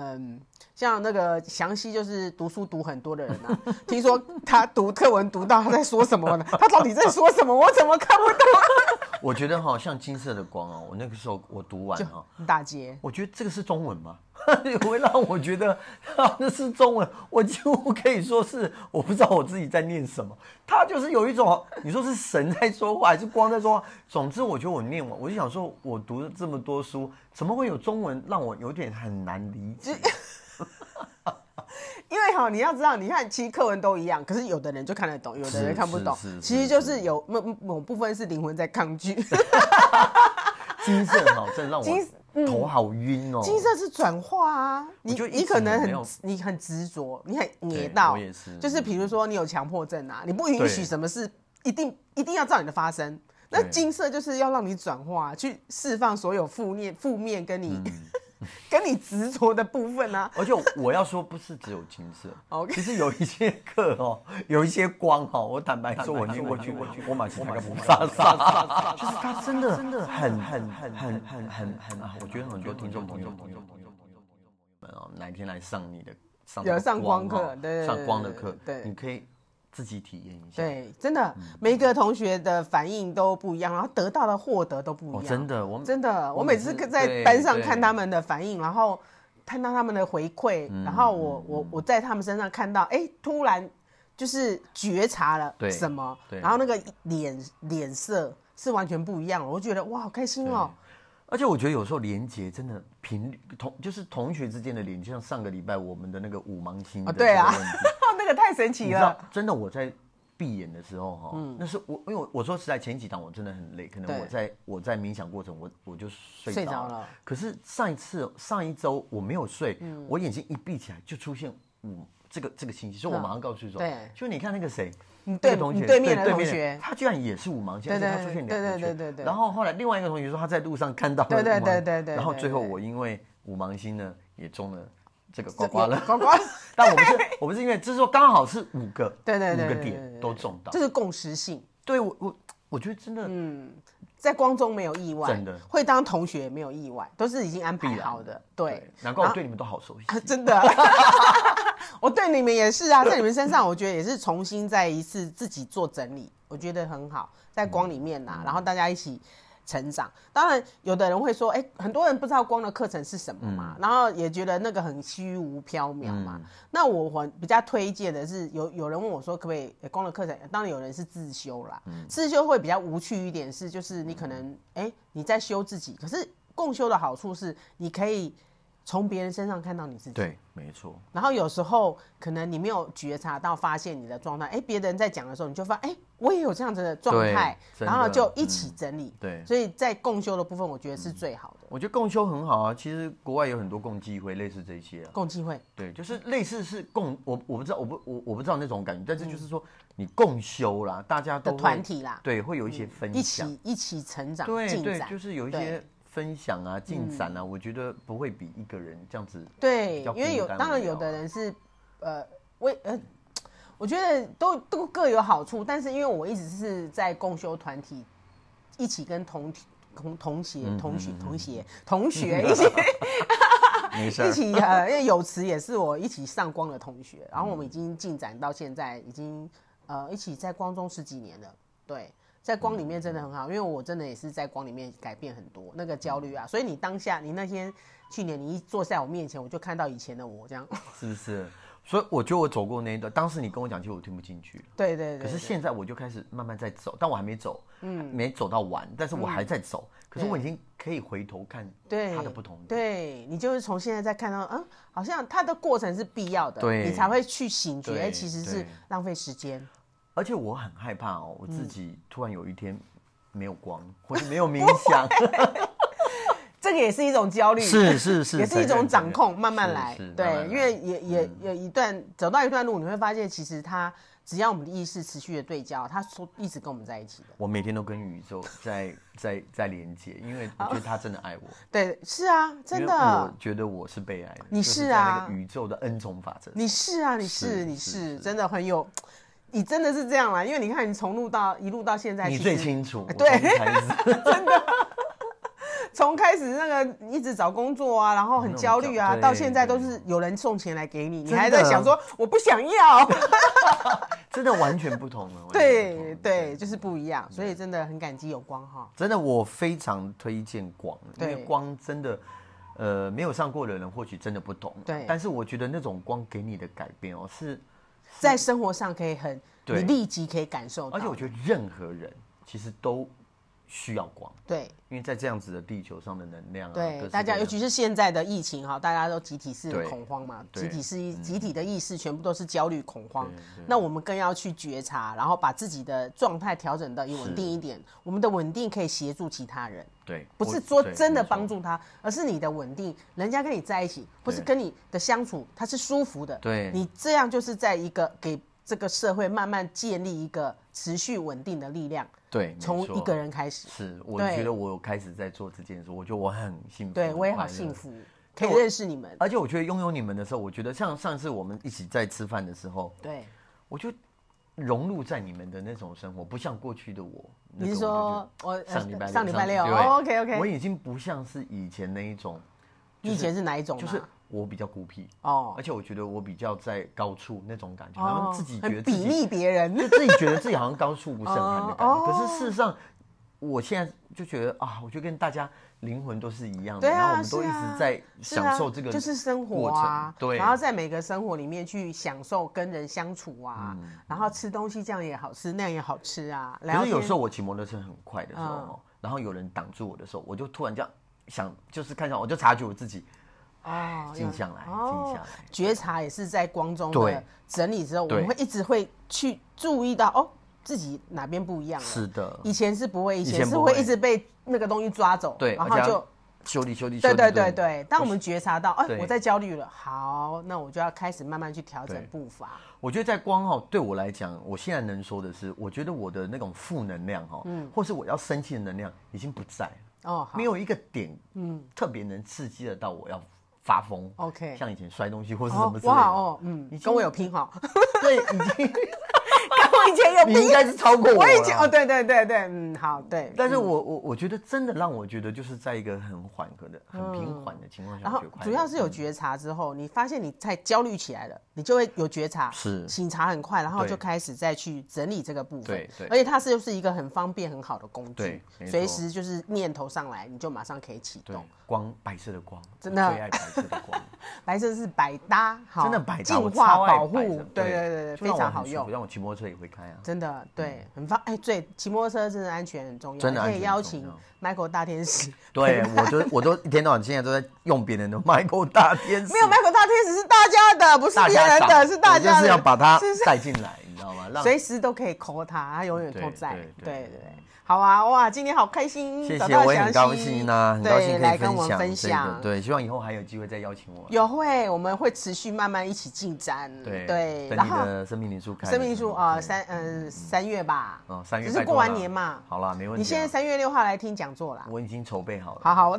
Speaker 1: 嗯，像那个详细就是读书读很多的人啊， 听说他读课文读到他在说什么 呢？他到底在说什么？我怎么看不懂？
Speaker 2: 我觉得哈，像金色的光哦，我那个时候我读完哈，
Speaker 1: 就打劫，
Speaker 2: 我觉得这个是中文吗？ 也会让我觉得 啊那是中文，我几乎可以说是我不知道我自己在念什么。它就是有一种，你说是神在说话还是光在说话？总之，我觉得我念完，我就想说，我读了这么多书，怎么会有中文让我有点很难理解？
Speaker 1: 因为哈，你要知道，你看其实课文都一样，可是有的人就看得懂，有的人
Speaker 2: 是
Speaker 1: 看不懂
Speaker 2: 是是。是
Speaker 1: 其实就是有某某部分是灵魂在抗拒，
Speaker 2: 金色哈，真的让
Speaker 1: 金
Speaker 2: 我头好晕哦。
Speaker 1: 金色是转化啊，你
Speaker 2: 我就一直
Speaker 1: 你可能
Speaker 2: 没有
Speaker 1: 很你很执着，你很黏到，
Speaker 2: 我也是
Speaker 1: 就是比如说你有强迫症啊，你不允
Speaker 2: 对
Speaker 1: 许什么事一定一定要照你的发生。那
Speaker 2: 对
Speaker 1: 金色就是要让你转化，去释放所有负面、负面跟
Speaker 2: 嗯
Speaker 1: 你、 跟你执着的部分啊。
Speaker 2: 而且我要说，不是只有金色
Speaker 1: OK
Speaker 2: 其实有一些课哦，有一些光哦，我坦白说，我念过去，我我马上那个菩萨萨，就是它真的真的很很很很很很很，啊我觉得很多听众朋友朋友朋友朋友们哦，哪一天来上你的上这个
Speaker 1: 有上光
Speaker 2: 哦
Speaker 1: 课对对
Speaker 2: 上光的课，
Speaker 1: 对
Speaker 2: 你可以自己体验一下，，
Speaker 1: 对，真的，
Speaker 2: 嗯
Speaker 1: 每一个同学的反应都不一样，然后得到的获得都不一
Speaker 2: 哦，
Speaker 1: 样。
Speaker 2: 真的，我
Speaker 1: 真的，
Speaker 2: 我
Speaker 1: 我每次
Speaker 2: 每次
Speaker 1: 在
Speaker 2: 对
Speaker 1: 班上
Speaker 2: 对
Speaker 1: 看他们的反应，然后看到他们的回馈，然后我我我在他们身
Speaker 2: 嗯
Speaker 1: 上看到，哎，突然就是觉察了
Speaker 2: 对
Speaker 1: 什么，
Speaker 2: 对
Speaker 1: 然后那个脸脸色是完全不一样了，我就觉得哇，好开心哦。
Speaker 2: 而且我觉得有时候连接真的频率同就是同学之间的连接，像上个礼拜我们的那个五芒星的
Speaker 1: 啊对啊
Speaker 2: 这个问题
Speaker 1: 那个太神奇
Speaker 2: 你知道
Speaker 1: 了，，嗯
Speaker 2: 真的我在闭眼的时候哈、那是我，因为我我说实在，前几档我真的很累，可能
Speaker 1: 对
Speaker 2: 我在我在冥想过程，我我就睡
Speaker 1: 睡
Speaker 2: 着
Speaker 1: 着了嗯
Speaker 2: 可是上一次上一周我没有睡，我眼睛一闭起来就出现五这个这个信息，所以我
Speaker 1: 嗯
Speaker 2: 马上告诉你说，
Speaker 1: 对
Speaker 2: 就你看那个谁。
Speaker 1: 对
Speaker 2: 那个同学
Speaker 1: 你对面的
Speaker 2: 对
Speaker 1: 同学
Speaker 2: 他居然也是五芒星，
Speaker 1: 对
Speaker 2: 而且
Speaker 1: 对
Speaker 2: 他出现两个
Speaker 1: 对对
Speaker 2: 同学
Speaker 1: 对对对
Speaker 2: 然后后来另外一个同学说他在路上看到了
Speaker 1: 对对
Speaker 2: 五芒
Speaker 1: 对对对
Speaker 2: 然后
Speaker 1: 对
Speaker 2: 最后
Speaker 1: 对
Speaker 2: 我因为五芒星呢也中了这个刮刮乐，
Speaker 1: 呱 呱，
Speaker 2: 但我不是，我不是因为，就是说刚好是五个，
Speaker 1: 对对对
Speaker 2: 五
Speaker 1: 对
Speaker 2: 个
Speaker 1: 对对对
Speaker 2: 点都中到
Speaker 1: 这。嗯是共识性。
Speaker 2: 对我我我觉得真的，
Speaker 1: 在光中没有意外，
Speaker 2: 真的
Speaker 1: 会当同学也没有意外，都是已经安排
Speaker 2: 然
Speaker 1: 好的。对，
Speaker 2: 难怪我对你们都好熟悉。
Speaker 1: 啊， 真的，我对你们也是啊，在你们身上，我觉得也是重新再一次自己做整理，我觉得很好，在光里面呐、啊然后大家一起成长。当然，有的人会说，哎、很多人不知道光的课程是什么嘛，然后也觉得那个很虚无缥缈嘛。那我很比较推荐的是，有有人问我说，可不可以呃光的课程？当然有人是自修啦，自修会比较无趣一点是，就是你可能哎、你在修自己，可是共修的好处是，你可以。从别人身上看到你自己，
Speaker 2: 对，没错，
Speaker 1: 然后有时候可能你没有觉察到，发现你的状态，哎，别人在讲的时候，你就发现，哎，我也有这样子的状态，
Speaker 2: 对真的嗯
Speaker 1: 然后就一起整理。
Speaker 2: 对
Speaker 1: 所以在共修的部分，我觉得是最好的、
Speaker 2: 我觉得共修很好啊。其实国外有很多共济会，类似这些啊。
Speaker 1: 共济会。
Speaker 2: 对，就是类似是共，我我不知道，我不我我不知道那种感觉，但是就是说你共修啦，大家都
Speaker 1: 嗯的
Speaker 2: 会
Speaker 1: 团体啦
Speaker 2: 嗯对，会有一些分
Speaker 1: 一
Speaker 2: 享，
Speaker 1: 起一起成长
Speaker 2: 对
Speaker 1: 进
Speaker 2: 对，
Speaker 1: 展，
Speaker 2: 就是有一
Speaker 1: 对嗯
Speaker 2: 些分享啊、进展啊，我觉得不会比一个人这样子
Speaker 1: 对
Speaker 2: 比较，
Speaker 1: 因为有
Speaker 2: 孤单
Speaker 1: 当然
Speaker 2: 无聊
Speaker 1: 有的
Speaker 2: 啊，
Speaker 1: 人是，呃，为呃，我觉得都都各有好处，但是因为我一直是在共修团体一起跟同同同学同学同学同学一起
Speaker 2: 没事
Speaker 1: 一
Speaker 2: 儿。
Speaker 1: 起呃，因为有慈也是我一起上光的同学，然后我
Speaker 2: 嗯
Speaker 1: 们已经进展到现在，已经呃一起在光中十几年了。对，在光里面真的很好，因为我真的也是在光里面改变很多，那个焦虑啊，
Speaker 2: 嗯
Speaker 1: 所以你当下，你那天去年你一坐在我面前，我就看到以前的我这样。
Speaker 2: 是不是？所以我觉得我走过那一段，当时你跟我讲，其实我听不进去。
Speaker 1: 对对对
Speaker 2: 可是
Speaker 1: 对
Speaker 2: 现在我就开始慢慢在走，但我还没走，嗯，没走到完，但是我还在走。可是我已经可以回头看
Speaker 1: 嗯对
Speaker 2: 它的不同点。
Speaker 1: 对你就是从现在再看到，嗯，好像它的过程是必要的，
Speaker 2: 对
Speaker 1: 你才会去醒觉，
Speaker 2: 对
Speaker 1: 哎，其实是
Speaker 2: 对
Speaker 1: 浪费时间。
Speaker 2: 而且我很害怕哦，我自己突然有一天没 有光，或者没有冥想，
Speaker 1: 这个也是一种焦虑，
Speaker 2: 是是是，
Speaker 1: 也是一
Speaker 2: 承
Speaker 1: 种
Speaker 2: 认
Speaker 1: 掌控，慢慢
Speaker 2: 是
Speaker 1: 来
Speaker 2: 是。慢慢
Speaker 1: 对，
Speaker 2: 来嗯
Speaker 1: 因为也也也一段走到一段路，你会发现，其实它只要我们的意识持续的对焦，它说一直跟我们在一起的。
Speaker 2: 我每天都跟宇宙在在在连接，因为我觉得他真的爱我，
Speaker 1: 对，是啊， 真
Speaker 2: 因为我
Speaker 1: 的，
Speaker 2: 觉得我是被爱的，
Speaker 1: 你
Speaker 2: 就是
Speaker 1: 是
Speaker 2: 在那
Speaker 1: 啊
Speaker 2: 个宇宙的恩宠法则。
Speaker 1: 你是啊，你
Speaker 2: 是
Speaker 1: 是你
Speaker 2: 是
Speaker 1: 是，
Speaker 2: 是
Speaker 1: 真的很有，你真的是这样啦。因为你看，你从路到一路到现在，
Speaker 2: 你
Speaker 1: 其
Speaker 2: 最
Speaker 1: 实
Speaker 2: 清楚，我
Speaker 1: 对
Speaker 2: 从一开始。
Speaker 1: 从开始那个一直找工作啊，然后很焦虑啊，
Speaker 2: 那种
Speaker 1: 到现在
Speaker 2: 对
Speaker 1: 都是有人送钱来给你，你
Speaker 2: 真的
Speaker 1: 还在想说我不想 要。
Speaker 2: 真的完全 不同了。完全不同
Speaker 1: 对
Speaker 2: 了
Speaker 1: 对，就是不一样，所以真的很感激有光哈。
Speaker 2: 真的我非常推荐光，因
Speaker 1: 对
Speaker 2: 为光真的，呃，没有上过的人或许真的不懂。
Speaker 1: 对
Speaker 2: 但是我觉得那种光给你的改变哦，是，
Speaker 1: 在生活上可以很，你
Speaker 2: 对
Speaker 1: 立即可以感受到。
Speaker 2: 而且我觉得任何人其实都需要光，
Speaker 1: 对
Speaker 2: 因为在这样子的地球上的能量啊，各
Speaker 1: 对，
Speaker 2: 式
Speaker 1: 大家
Speaker 2: 各
Speaker 1: 尤
Speaker 2: 样
Speaker 1: 其是现在的疫情哈，大家都集体式
Speaker 2: 对
Speaker 1: 恐慌嘛，
Speaker 2: 对嗯
Speaker 1: 集体式意集体的意识全部都是焦虑恐慌
Speaker 2: 对对。
Speaker 1: 那我们更要去觉察，然后把自己的状态调整的也稳定一点。我们的稳定可以协助其他人。
Speaker 2: 对，
Speaker 1: 不是
Speaker 2: 我
Speaker 1: 说
Speaker 2: 对
Speaker 1: 真的
Speaker 2: 没错
Speaker 1: 帮助他，而是你的稳定，人家跟你在一起，或是跟你的相处，他是舒服的。
Speaker 2: 对
Speaker 1: 你这样就是在一个给这个社会慢慢建立一个持续稳定的力量，
Speaker 2: 对，没
Speaker 1: 从
Speaker 2: 错
Speaker 1: 一个人开始。
Speaker 2: 是，我
Speaker 1: 对
Speaker 2: 觉得我有开始在做这件事，我觉得我很幸福，
Speaker 1: 对我也好
Speaker 2: 很快乐
Speaker 1: 幸福，可以认识你们。
Speaker 2: 而且我呃觉得拥有你们的时候，我觉得像上次我们一起在吃饭的时候，
Speaker 1: 对，
Speaker 2: 我就融入在你们的那种生活，不像过去的我。那
Speaker 1: 你是
Speaker 2: 种
Speaker 1: 说我
Speaker 2: 就
Speaker 1: 呃
Speaker 2: 是上礼拜六
Speaker 1: 上礼拜六哦
Speaker 2: 上
Speaker 1: ？OK
Speaker 2: 对
Speaker 1: OK，
Speaker 2: 我已经不像是以前那一种，
Speaker 1: 你以前是哪一种啊？
Speaker 2: 就是我比较孤僻，
Speaker 1: 哦
Speaker 2: 而，且我觉得我比较在高处那种感觉，好
Speaker 1: 哦
Speaker 2: 像自己觉得
Speaker 1: 很
Speaker 2: 自
Speaker 1: 比
Speaker 2: 己
Speaker 1: 例别人。
Speaker 2: 就自己觉得自己好像高处不胜寒的感
Speaker 1: 哦
Speaker 2: 觉。可是事实上，我现在就觉得啊，我就跟大家灵魂都是一样的，
Speaker 1: 对啊
Speaker 2: 然后我们都一
Speaker 1: 是啊
Speaker 2: 直在
Speaker 1: 是啊
Speaker 2: 享受这个
Speaker 1: 就是生活
Speaker 2: 过
Speaker 1: 啊
Speaker 2: 程，，对，
Speaker 1: 然后在每个生活里面去享受跟人相处啊，然后吃东西这样也好吃，那样也好吃啊。
Speaker 2: 嗯可是有时
Speaker 1: 候
Speaker 2: 候我骑摩托车很快的时候，
Speaker 1: 嗯
Speaker 2: 哦，然后有人挡住我的时候，我就突然这样想，就是看上我就察觉我自己
Speaker 1: 哦，
Speaker 2: 静下来，静下
Speaker 1: 哦
Speaker 2: 来。
Speaker 1: 觉察也是在光中的
Speaker 2: 对
Speaker 1: 整理之后，我们
Speaker 2: 对
Speaker 1: 会一直会去注意到哦，自己哪边不一样了。
Speaker 2: 是的，
Speaker 1: 以前是不会，以
Speaker 2: 前
Speaker 1: 前是
Speaker 2: 不
Speaker 1: 会
Speaker 2: 会
Speaker 1: 一直被那个东西抓走，
Speaker 2: 对，
Speaker 1: 然
Speaker 2: 而
Speaker 1: 后
Speaker 2: 且
Speaker 1: 就
Speaker 2: 要修理修理修
Speaker 1: 对
Speaker 2: 理。
Speaker 1: 对对对。当我们觉察到，哎，
Speaker 2: 对
Speaker 1: 我在焦虑了，好，那我就要开始慢慢去调整
Speaker 2: 对
Speaker 1: 步伐。
Speaker 2: 我觉得在光哦，对我来讲，我现在能说的是，我觉得我的那种负能量哈、哦，或是我要生气的能量已经不在了，
Speaker 1: 哦，嗯好
Speaker 2: 没有一个点，嗯，特别能刺激得到我要发疯。
Speaker 1: OK
Speaker 2: 像以前摔东西或是什
Speaker 1: 哦
Speaker 2: 么之类的，
Speaker 1: 哇哦，嗯，跟我有拼哈，
Speaker 2: 对，已经
Speaker 1: 我以前有
Speaker 2: 你应
Speaker 1: 拼，
Speaker 2: 该是超过我
Speaker 1: 我
Speaker 2: 了啊
Speaker 1: 以前哦，对对对对，嗯，好，对。
Speaker 2: 但是我我我觉得真的让我觉得就是在一个很缓和的、很平缓的情况下，
Speaker 1: 嗯然
Speaker 2: 我
Speaker 1: 后
Speaker 2: 觉得快嗯
Speaker 1: 主
Speaker 2: 乐
Speaker 1: 要是有觉察之后，你发现你太焦虑起来了，你就会有觉察，
Speaker 2: 是
Speaker 1: 醒察很快，然后
Speaker 2: 对
Speaker 1: 就开始再去整理这个部分。
Speaker 2: 对对
Speaker 1: 而且它是又是一个很方便、很好的工具
Speaker 2: 对，没错
Speaker 1: 随时就是念头上来，你就马上可以启
Speaker 2: 对
Speaker 1: 动。
Speaker 2: 光白色的光，
Speaker 1: 真的
Speaker 2: 我最爱白色的光，
Speaker 1: 白色是百搭， 好，
Speaker 2: 真的百搭
Speaker 1: 净
Speaker 2: 我
Speaker 1: 化
Speaker 2: 超爱
Speaker 1: 保护
Speaker 2: 白色，
Speaker 1: 对对对对，
Speaker 2: 就
Speaker 1: 非
Speaker 2: 让我
Speaker 1: 常
Speaker 2: 很
Speaker 1: 好
Speaker 2: 舒服
Speaker 1: 用。
Speaker 2: 让我骑摩托车也会开啊。
Speaker 1: 真的对，很方哎，对，骑摩托车真的安全很重要，
Speaker 2: 真的
Speaker 1: 可
Speaker 2: 安
Speaker 1: 以
Speaker 2: 全
Speaker 1: 邀
Speaker 2: 很重
Speaker 1: 请 Michael 大天使，
Speaker 2: 对，我就我都一天到晚现在都在用别人的 Michael 大天使，
Speaker 1: 没有 Michael 大天使是大家的，不是
Speaker 2: 大
Speaker 1: 别
Speaker 2: 家
Speaker 1: 人
Speaker 2: 长
Speaker 1: 的，是大
Speaker 2: 我
Speaker 1: 家
Speaker 2: 就是
Speaker 1: 的，
Speaker 2: 要把它
Speaker 1: 是是
Speaker 2: 带进来，你知道吗？让
Speaker 1: 随时都可以 call 他，他永远都在。对对
Speaker 2: 对对
Speaker 1: 对，好啊，哇，今天好开心，
Speaker 2: 谢
Speaker 1: 找
Speaker 2: 谢，
Speaker 1: 到
Speaker 2: 我也很
Speaker 1: 祥
Speaker 2: 高
Speaker 1: 熙
Speaker 2: 兴呐，很高兴
Speaker 1: 对，
Speaker 2: 可
Speaker 1: 来
Speaker 2: 以
Speaker 1: 跟我们
Speaker 2: 分
Speaker 1: 分
Speaker 2: 享这
Speaker 1: 享
Speaker 2: 个，。对，希望以后还有机会再邀请我来。
Speaker 1: 有会，我们会持续慢慢一起进展。对，
Speaker 2: 等
Speaker 1: 然
Speaker 2: 你
Speaker 1: 后
Speaker 2: 的生命灵数开的时候，
Speaker 1: 生命树啊，
Speaker 2: 对
Speaker 1: 三嗯三月吧，
Speaker 2: 哦，三月
Speaker 1: 就是
Speaker 2: 拜
Speaker 1: 过
Speaker 2: 托
Speaker 1: 完
Speaker 2: 啦
Speaker 1: 年嘛。
Speaker 2: 好啦，没问题啊。
Speaker 1: 你现在三月六号来听讲座啦。
Speaker 2: 我已经筹备好了。
Speaker 1: 好好，我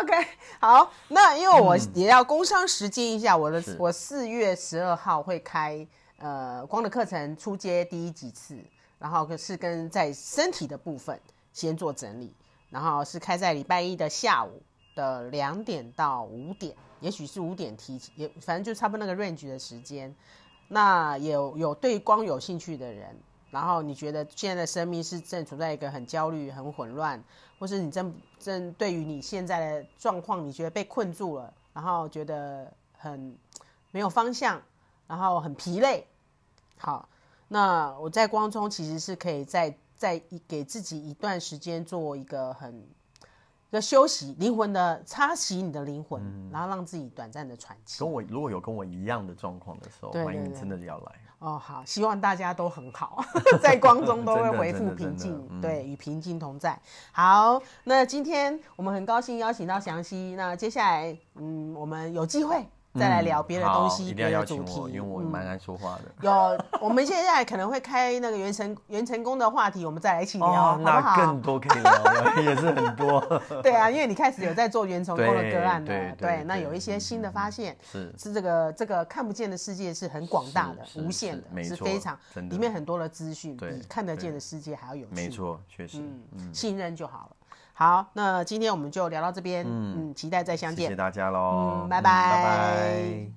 Speaker 1: OK，好， 那因为我也要工商实践一下我的，
Speaker 2: 是
Speaker 1: 我四月十二号会开呃光的课程初阶第一几次，然后是跟在身体的部分先做整理，然后是开在礼拜一的下午的两点到五点，也许是五点提，也反正就差不多那个 range 的时间。那有有对光有兴趣的人，然后你觉得现在的生命是正处在一个很焦虑、很混乱，或是你正正对于你现在的状况，你觉得被困住了，然后觉得很没有方向，然后很疲累。好，那我在光中其实是可以在在给自己一段时间做一个很一个休息，灵魂的擦洗你的灵魂，然后让自己短暂的喘气
Speaker 2: 跟。我如果有跟我一样的状况的时候，
Speaker 1: 对
Speaker 2: 欢
Speaker 1: 对
Speaker 2: 迎
Speaker 1: 对
Speaker 2: 真的要来。
Speaker 1: 哦，好，希望大家都很好， 在光中都会
Speaker 2: 真的
Speaker 1: 恢
Speaker 2: 真
Speaker 1: 复
Speaker 2: 的
Speaker 1: 平
Speaker 2: 真的
Speaker 1: 静，
Speaker 2: 嗯
Speaker 1: 对，与平静同在。好，那今天我们很高兴邀请到祥熙，那接下来，嗯，我们有机会再来聊别的
Speaker 2: 嗯好
Speaker 1: 东西，
Speaker 2: 一定
Speaker 1: 别
Speaker 2: 要邀
Speaker 1: 的主
Speaker 2: 请我，
Speaker 1: 题，嗯
Speaker 2: 因为我蛮爱说话的。
Speaker 1: 有，我们现在可能会开那个元成元成功的话题，我们再来一起聊，好不
Speaker 2: 哦那
Speaker 1: 好
Speaker 2: 更？多可以聊了，也是很多。
Speaker 1: 对啊，因为你开始有在做元成功的
Speaker 2: 对
Speaker 1: 个案了，
Speaker 2: 对
Speaker 1: 对，
Speaker 2: 对
Speaker 1: 那
Speaker 2: 对
Speaker 1: 有一些新的发现。
Speaker 2: 是
Speaker 1: 是这个这个看不见的世界是很广大的、
Speaker 2: 是是
Speaker 1: 无限的
Speaker 2: 是，没
Speaker 1: 是
Speaker 2: 错
Speaker 1: 非常
Speaker 2: 真的
Speaker 1: 里面很多的资讯，
Speaker 2: 对
Speaker 1: 比看得见的世界还要有趣。
Speaker 2: 没，错，确实。
Speaker 1: 嗯，信任就好了。好，那今天我们就聊到这边，嗯，期待再相
Speaker 2: 谢
Speaker 1: 见
Speaker 2: 谢。大家喽、
Speaker 1: 嗯拜
Speaker 2: 拜
Speaker 1: 拜
Speaker 2: 拜